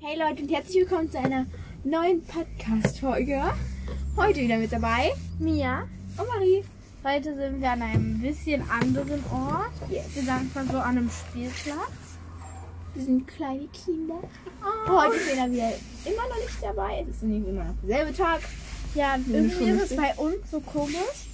Hey Leute und herzlich willkommen zu einer neuen Podcast-Folge. Heute wieder mit dabei Mia, und Marie. heute sind wir an einem bisschen anderen Ort. Yes. Wir sagen mal so an einem Spielplatz. Oh. Wir sind kleine Kinder. Heute. Heute sind wir wieder immer noch nicht dabei. Es ist nämlich immer noch derselbe Tag. Ja, sind irgendwie schon ist es bei uns so komisch.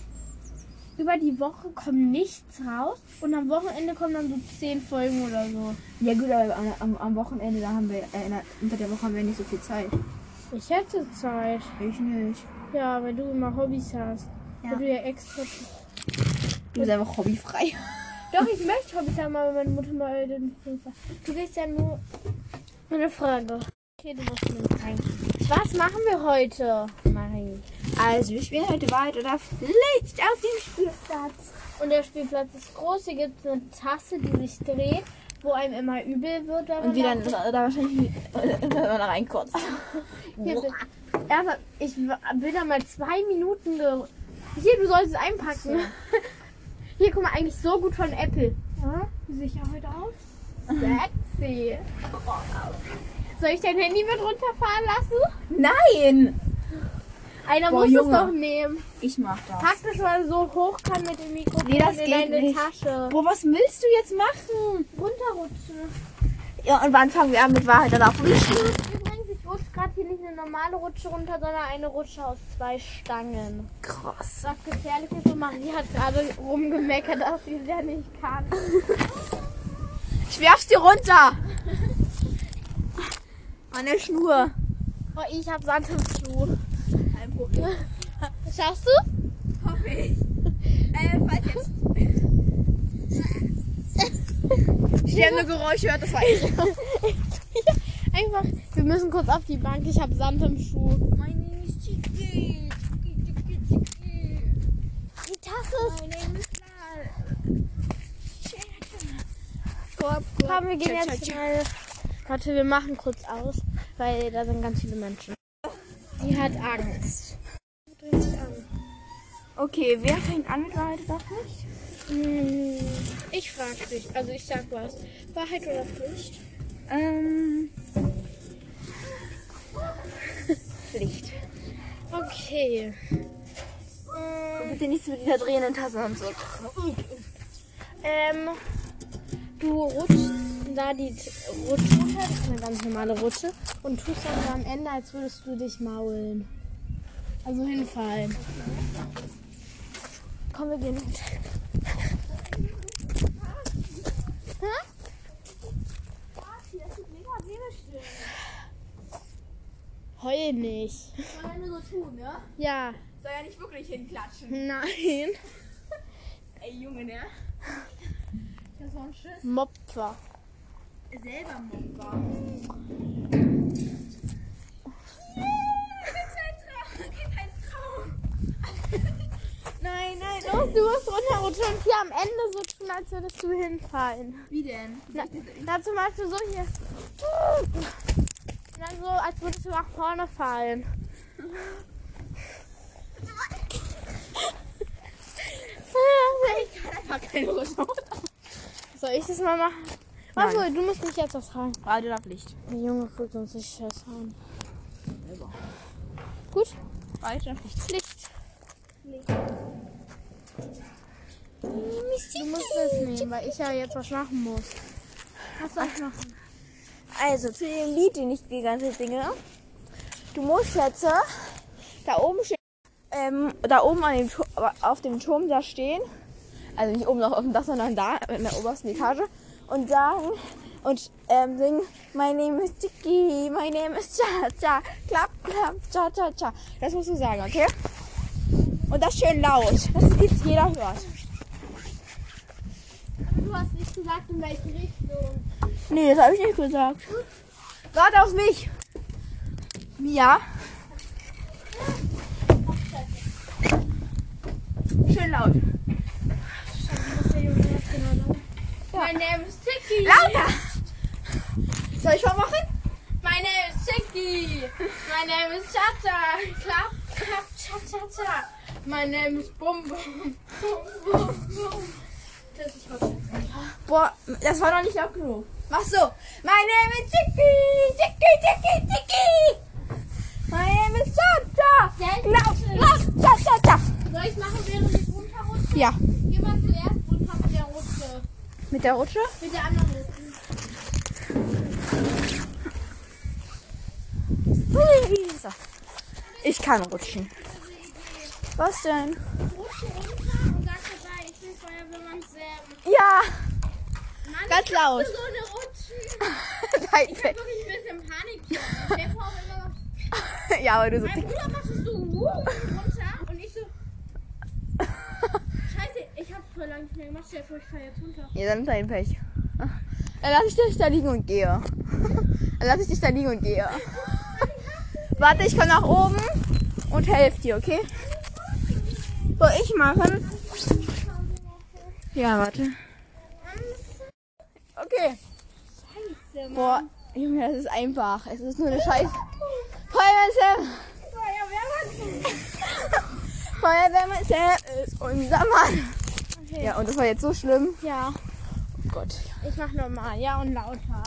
Über die Woche kommt nichts raus und am Wochenende kommen dann so zehn Folgen oder so. Ja gut, aber am, am, am Wochenende, da haben wir, äh, in der- unter der Woche haben wir nicht so viel Zeit. Ich hätte Zeit. Ich nicht. Ja, weil du immer Hobbys hast. Ja. Weil du ja extra. Du bist einfach hobbyfrei. Doch, ich möchte Hobbys haben, aber meine Mutter mal den Du gehst ja nur. Eine Frage. Okay, du musst mir zeigen. Was machen wir heute, Marie? Also, wir spielen heute Wahrheit oder Pflicht auf dem Spielplatz. Und der Spielplatz ist groß. Hier gibt es eine Tasse, die sich dreht, wo einem immer übel wird. Wenn man Und wir dann da- da wahrscheinlich immer noch reinkotzt. Hier, bi- Erstmal, ich w- bin da mal zwei Minuten. Ge hier, du sollst es einpacken. Hier, guck mal, eigentlich so gut von Apple. Sicherheit auf? Sexy. Soll ich dein Handy mit runterfahren lassen? Nein! Einer Boah, muss Junge. es doch nehmen. Ich mach das. Praktisch, weil er so hoch kann mit dem Mikrofon Nee, das in geht deine nicht. Tasche. Boah, was willst du jetzt machen? Runterrutschen. Ja, und wann fangen wir an mit Wahrheit oder Pflicht? Übrigens, ich rutsche gerade hier nicht eine normale Rutsche runter, sondern eine Rutsche aus zwei Stangen. Krass. Was gefährlich ist, und Marie hat gerade rumgemeckert, dass sie es ja nicht kann. Ich werf's dir runter. An der Schnur. Oh, ich hab Sand im Schuh. Kein Problem. Schaffst du? Hoffe ich. Äh, falls jetzt. Sterne Geräusche hört, das war ich. Einfach, wir müssen kurz auf die Bank, ich hab Sand im Schuh. My name is Chiki. Chiki, Chiki, Chiki. Die Tasse ist... My name is Lal. Shit. Komm, wir gehen Tschö, jetzt tschö, mal... Warte, wir machen kurz aus, weil da sind ganz viele Menschen. Sie hat Angst. Dreh dich an. Okay, wer fängt an mit Wahrheit oder Pflicht? Hm, Ich frag dich, also ich sag was. Wahrheit oder Pflicht? Ähm. Pflicht. Okay. Ähm, Bitte nichts mit dieser drehenden Tasse am Sock. Ähm, du rutschst da die T- Rutsche runter, das ist eine ganz normale Rutsche, und tust dann so am Ende, als würdest du dich maulen. Also hinfallen. Komm, wir gehen runter. Hä? Das tut mega weh, bestimmt. Heul nicht. Soll ja nur so tun, ne? Ja. Soll ja nicht wirklich hinklatschen. Nein. Ey, Junge, ne? Das war ein Schiss. Mopfer. Selber Mopfer. Oh, Nein, nein, los, du musst runterrutschen und hier am Ende so tun, als würdest du hinfallen. Wie denn? Na, na zum Beispiel so hier. Und dann so, als würdest du nach vorne fallen. Soll ich das mal machen? Achso, du musst mich jetzt was fragen. Wahrheit oder Pflicht? Der Junge guckt uns nicht scheiß an. Gut, Wahrheit oder Pflicht? Pflicht. Du musst das nehmen, weil ich ja jetzt was machen muss. Was soll ich machen? Also, zu dem Lied, den ich die ganze Zeit singe. Du musst jetzt äh, da oben stehen. Ähm, da oben an dem, Tu- auf dem Turm da stehen. Also nicht oben noch auf dem Dach, sondern da in der obersten Etage. Und sagen und ähm, singen, my name is Chicky, my name is Cha Cha, klapp, klapp, Cha Cha Cha. Das musst du sagen, okay? Und das schön laut, dass jetzt jeder hört. Du hast nicht gesagt, in welche Richtung. Nee, das habe ich nicht gesagt. Warte auf mich. Mia. Schön laut. Mein Name ist Chicky. Lauter. Soll ich mal machen? My name is Chicky. My name is Chacha. Clap, clap, cha, cha, cha. My name is Bum Bum. Bum Bum Bum. Das ist was. Boah, das war noch nicht laut genug. Mach so. My name is Chicky, Chicky, Chicky, Chicky. My name is Sascha. Lauf, lauf, Cha, Cha, Cha. Soll ich machen, während ich runterrutsche? Ja, Jemand zuerst runter mit der Rutsche. mit der Rutsche. Mit der anderen Rutsche. Hui, So. Ich kann rutschen. Was denn? Rutsche runter und sag dabei, ich will Feuerwehrmann Sam. Ja, Mann, Ganz ich hasse laut. so eine Rutsche. dein Ich hab wirklich ein bisschen Panik hier. Der Frau immer noch. Bett. Ja, weil du so Mein dick Bruder macht es so wuh, runter und ich so. Scheiße, ich hab's voll lange nicht mehr gemacht. Stell dir vor, ich fall jetzt runter. Ja, dann ist dein Pech. Dann lass ich dich da liegen und gehe. Dann lass ich dich da liegen und gehe. Warte, ich komme nach oben und helfe dir, okay? Soll ich machen? Ja, warte. Okay. Scheiße, Mann. Boah, Junge, das ist einfach. Es ist nur eine Scheiße. Feuerwehrmann Sam! Feuerwehrmann Sam ist unser Mann. Okay. Ja, und das war jetzt so schlimm. Ja, Oh Gott. ich mach normal. Ja, und lauter.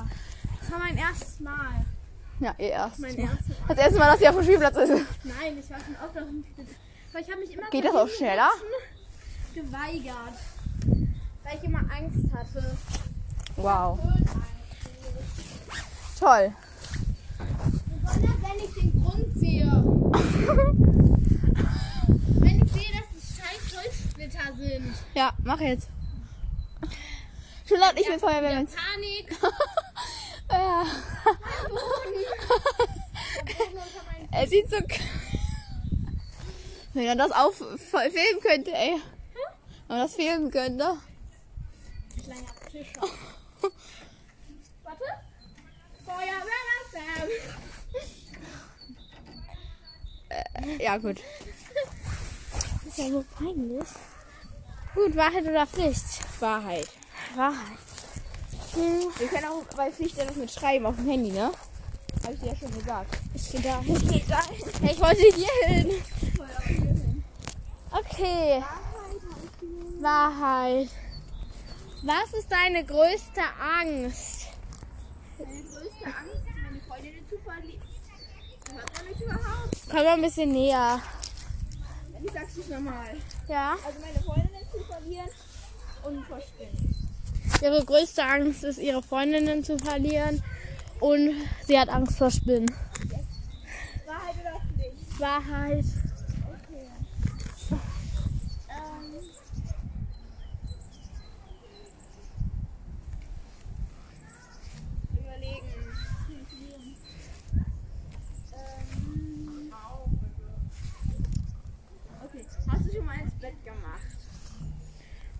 Das war mein erstes Mal. Ja, ihr erst. Mein erstes Das erste Mal, dass ihr auf dem Spielplatz ist. Nein, ich war schon oft auf dem Spiel. Aber ich habe mich immer Geht von das auch diesen schneller? Rutschen geweigert. Weil ich immer Angst hatte. Wow. Und Toll. Besonders wenn ich den Grund sehe. wenn ich sehe, dass es scheiß Holzsplitter sind. Ja, mach jetzt. Schon laut, ich bin Feuerwehrmann. Panik. Ja. Boden unter meinen er sieht so. k- Wenn er das auf voll filmen könnte, ey. Wenn er das filmen könnte. kleinen Tisch. Warte. Feuerwehr Sam. Äh, Ja, gut. Das ist ja so peinlich. Gut, Wahrheit oder Pflicht? Wahrheit. Wahrheit. Hm, Wir können auch bei Pflicht ja das mit schreiben auf dem Handy, ne? Hab ich dir ja schon gesagt. Ich gehe da. Hey, ich wollte hier hin. Okay. Wahrheit. Was ist deine größte Angst? Meine größte Angst ist, meine Freundin zu verlieben. Hört man mich überhaupt? Komm mal ein bisschen näher. Ich sag's nicht nochmal. Ja. Also meine Freundin zu verlieren und verstehen. Ihre größte Angst ist, ihre Freundinnen zu verlieren. Und sie hat Angst vor Spinnen. Wahrheit oder Pflicht? Wahrheit. Ähm. Überlegen. Ähm. Okay, hast du schon mal ins Bett gemacht?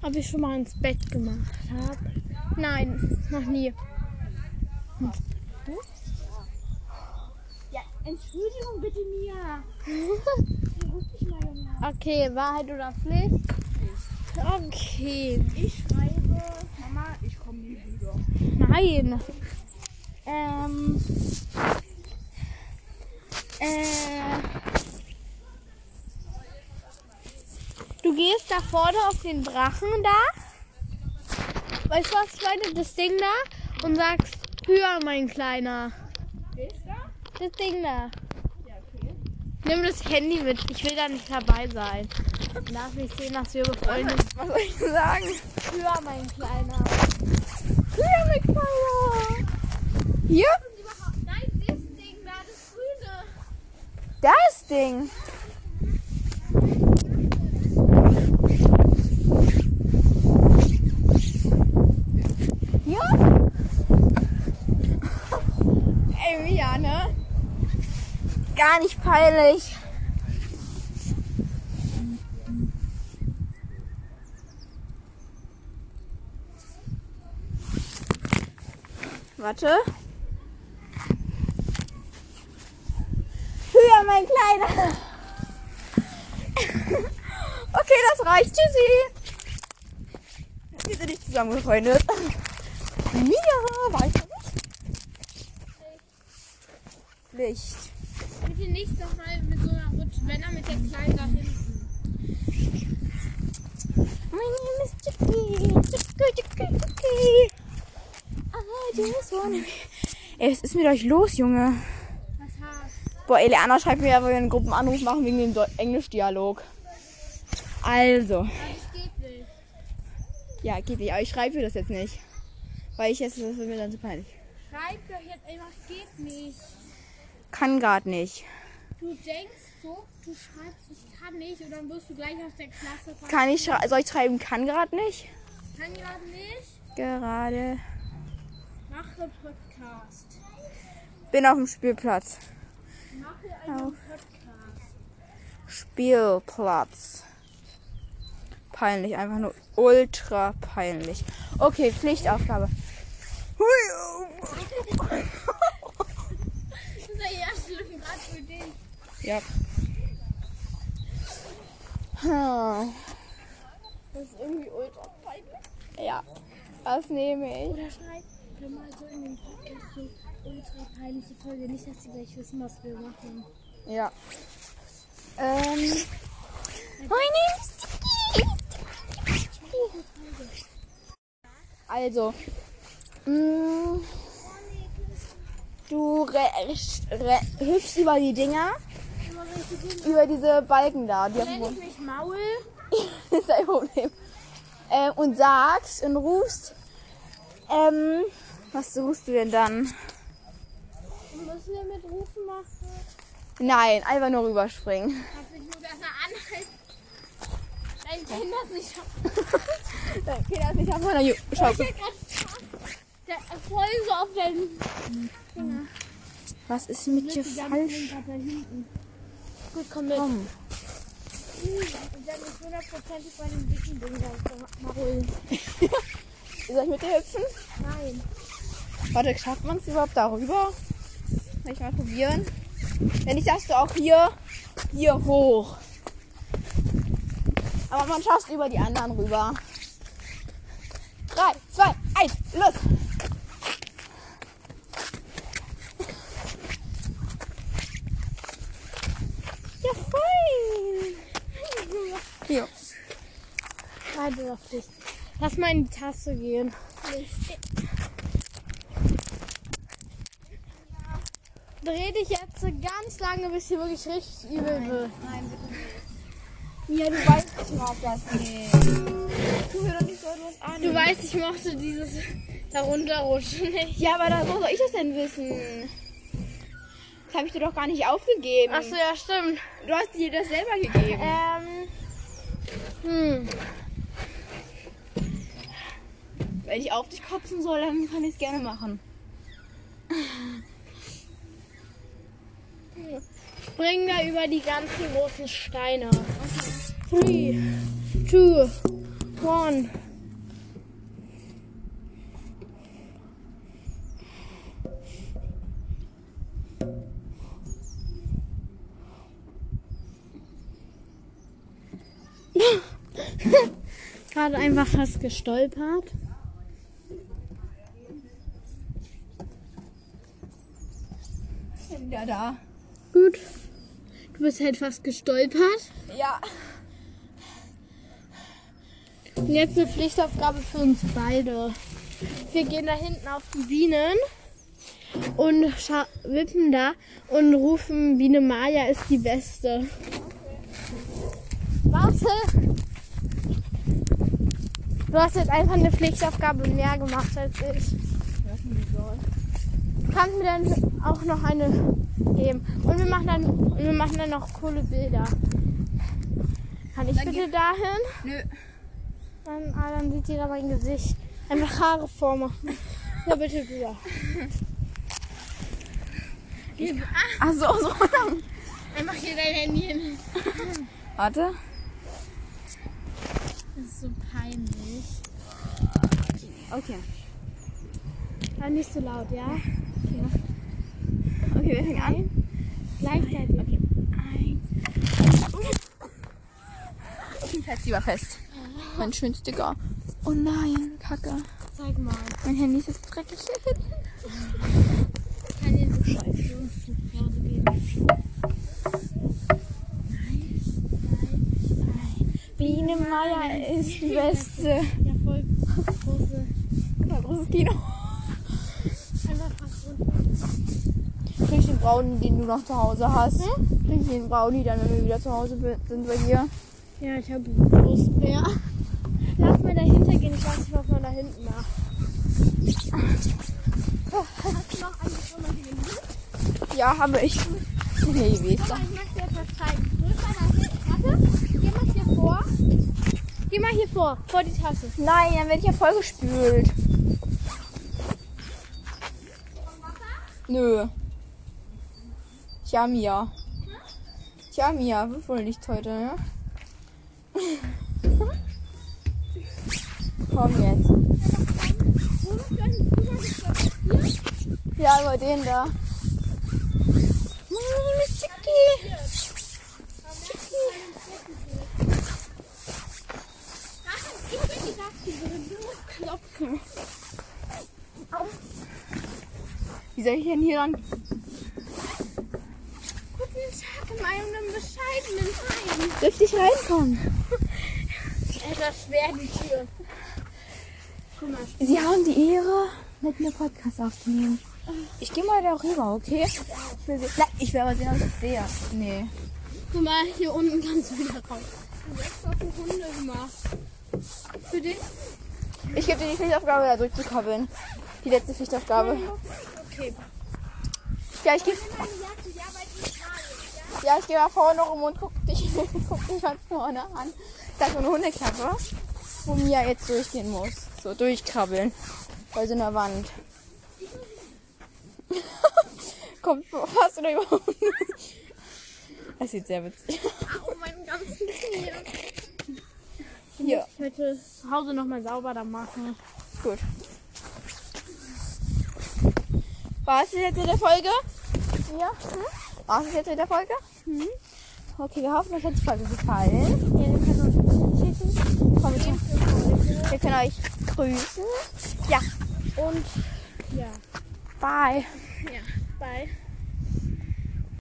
Ob ich schon mal ins Bett gemacht habe? Nein, noch nie. Ja, Entschuldigung bitte, Mia. Ruf dich mal, Junge. Okay, Wahrheit oder Pflicht? Okay. Ich schreibe, Mama, ich komme nie wieder. Nein. Ähm. Äh. Du gehst da vorne auf den Drachen da. Weißt du was, Freunde? Das Ding da. Und sagst, höher, mein Kleiner. Willst du? Das Ding da. Ja, okay. Nimm das Handy mit. Ich will da nicht dabei sein. Darf nicht sehen, dass wir befreundet sind. Was soll ich denn sagen? Höher, mein Kleiner. Hier, McFire! Hier? Nein, das Ding da, das Grüne. Das Ding. Ja? Ey, Mia, ne? Gar nicht peinlich. Warte. Höher, mein Kleiner. Okay, das reicht. Tschüssi. Wir sind nicht zusammengefreundet. Mia, war ich das nicht? Licht. Bitte nicht nochmal mit so einer Rutsche, wenn er mit der Kleinen da hinten. My name is Chicky. Chicky, Chicky, Chicky. I just wanna be- Ey, was ist mit euch los, Junge? Was hast Boah, Eliana schreibt mir ja, wir einen Gruppenanruf machen wegen dem Deu- Englischdialog. Also. Das geht nicht. Ja, geht nicht. Aber ich schreibe mir das jetzt nicht. Weil ich jetzt, das wird mir dann zu peinlich. Schreib doch jetzt einfach, geht nicht. Kann grad nicht. Du denkst so, du schreibst, ich kann nicht und dann wirst du gleich aus der Klasse kommen. Kann ich schrei- soll ich schreiben, kann grad nicht? Kann gerade nicht. Gerade. Mache Podcast. Bin auf dem Spielplatz. Mache einen Podcast. Spielplatz. Peinlich, einfach nur ultra peinlich. Okay, Pflichtaufgabe. Hui. Das ist ja eher schlimm, gerade für dich. Ja. Hm, Das ist irgendwie ultra peinlich. Ja. Was nehme ich? Oder schreib doch mal so in den Podcast so ultra peinliche Folge. Nicht, dass sie gleich wissen, was wir machen. Ja. Ähm. Meine Sticky. Also. mm, Du re re hüpfst über die Dinger. Über diese Balken da, die auf Wenn dem ich Boden mich maul, das ist dein Problem. Ähm, und sagst und rufst. Ähm, was rufst du denn dann? müssen wir mit Rufen machen. Nein, einfach nur rüberspringen. Kannst du mich nur besser anhalten? Dein Kind das nicht schaffen. Okay, das nicht auf meiner Ju- Schaukel. Der voll so auf deinen Was ist mit dir falsch? Falsch. hinten. Gut, komm mit. Komm. Und dann ist hundertprozentig bei dem dicken Ding raus. Marul. Soll ich mit dir hüpfen? Nein. Warte, schafft man es überhaupt darüber? Soll ich mal probieren? Wenn nicht, darfst du auch hier, hier hoch. Aber man schafft über die anderen rüber. Drei, zwei, eins, los! Ja, voll! Jo. Schreibe auf dich. Lass mal in die Tasse gehen. Dreh dich jetzt ganz lange, bis hier wirklich richtig übel wird. Ja, du weißt, ich mag das nicht. Tu mir doch nicht so etwas an. Du weißt, ich mochte dieses darunterrutschen nicht. Ja, aber da, wo soll ich das denn wissen? Das habe ich dir doch gar nicht aufgegeben. Achso, ja, stimmt. Du hast dir das selber gegeben. Ähm. Hm. Wenn ich auf dich kotzen soll, dann kann ich es gerne machen. Spring da über die ganzen großen Steine. Three, two, one. Gerade einfach fast gestolpert. Ich bin wieder da. Gut. Du bist halt fast gestolpert. Ja. Und jetzt eine Pflichtaufgabe für uns beide. Wir gehen da hinten auf die Bienen und scha- wippen da und rufen, Biene Maya ist die Beste. Warte! Du hast jetzt einfach eine Pflichtaufgabe mehr gemacht als ich. Du kannst mir dann auch noch eine geben. Und wir machen dann, und wir machen dann noch coole Bilder. Kann ich bitte dahin? Nö. Dann, ah, dann sieht jeder mein Gesicht. Einfach Haare vormachen. Ja, bitte wieder. Ach so, so lang. Einfach hier dein Handy hin. Warte. Das ist so peinlich. Okay. Aber nicht so laut, ja? Okay, wir fangen an. Gleichzeitig. Okay, ich halte lieber fest. Mein schönes Sticker. Oh nein, Kacke. Zeig mal. Mein Handy ist jetzt dreckig. Ich kann dir so Scheiße geben. Biene Meier ist die Beste. Ja, voll große. Großes Kino. Brownie, den du noch zu Hause hast. Trink den Brownie dann, wenn wir wieder zu Hause bi- sind bei dir. Ja, ich habe Lust mehr. Lass mal dahinter gehen, ich weiß nicht, was man da hinten macht. Hast du noch eine Stunde hin? Ja, habe ich. Nee, wie ist Guck das? mal, ich mach dir etwas zeigen. Drück mal da hin. Warte, geh mal hier vor. Geh mal hier vor, vor die Tasse. Nein, dann werde ich ja vollgespült. Nö. Tja, Mia. Tja, Mia, wird wohl nicht heute, ne? Komm jetzt. Ja, über den da. Meine Chicky. Ich hab gedacht, die würden so klopfen. Wie soll ich denn hier lang? Guten Tag in einem bescheidenen Heim. Dürfte ich reinkommen? Etwas schwer, die Tür. Sie haben die Ehre, mit mir Podcast aufzunehmen. Ich gehe mal da rüber, okay? Ich will, se- Nein, ich will aber sehen, ob ich es sehe. Nee. Guck mal, hier unten kannst du wieder raus. Du wächst auf den Hunde gemacht. Für dich? Ich gebe dir die Pflichtaufgabe, da durchzukabbeln. Die letzte Pflichtaufgabe. Okay. Ja, ich gebe Meine Jacke, ja, weil die Frage. ja, ich geh mal vorne rum und guck dich, guck dich von vorne an. Da ist so eine Hundeklappe, wo Mia jetzt durchgehen muss. So, durchkrabbeln. Bei so einer Wand. Kommt, hast du da überhaupt nicht? Das sieht sehr witzig Oh, mein ganzes Knie. Hier, Ich möchte zu Hause nochmal sauber da machen. gut. War es das jetzt mit der Folge? Ja. hm? War es das jetzt mit der Folge? Okay, wir hoffen, euch hat die Folge gefallen. Ja, ihr könnt uns Bild schicken. Kommentiert. Wir können euch grüßen. Ja, Und ja, bye. ja, bye.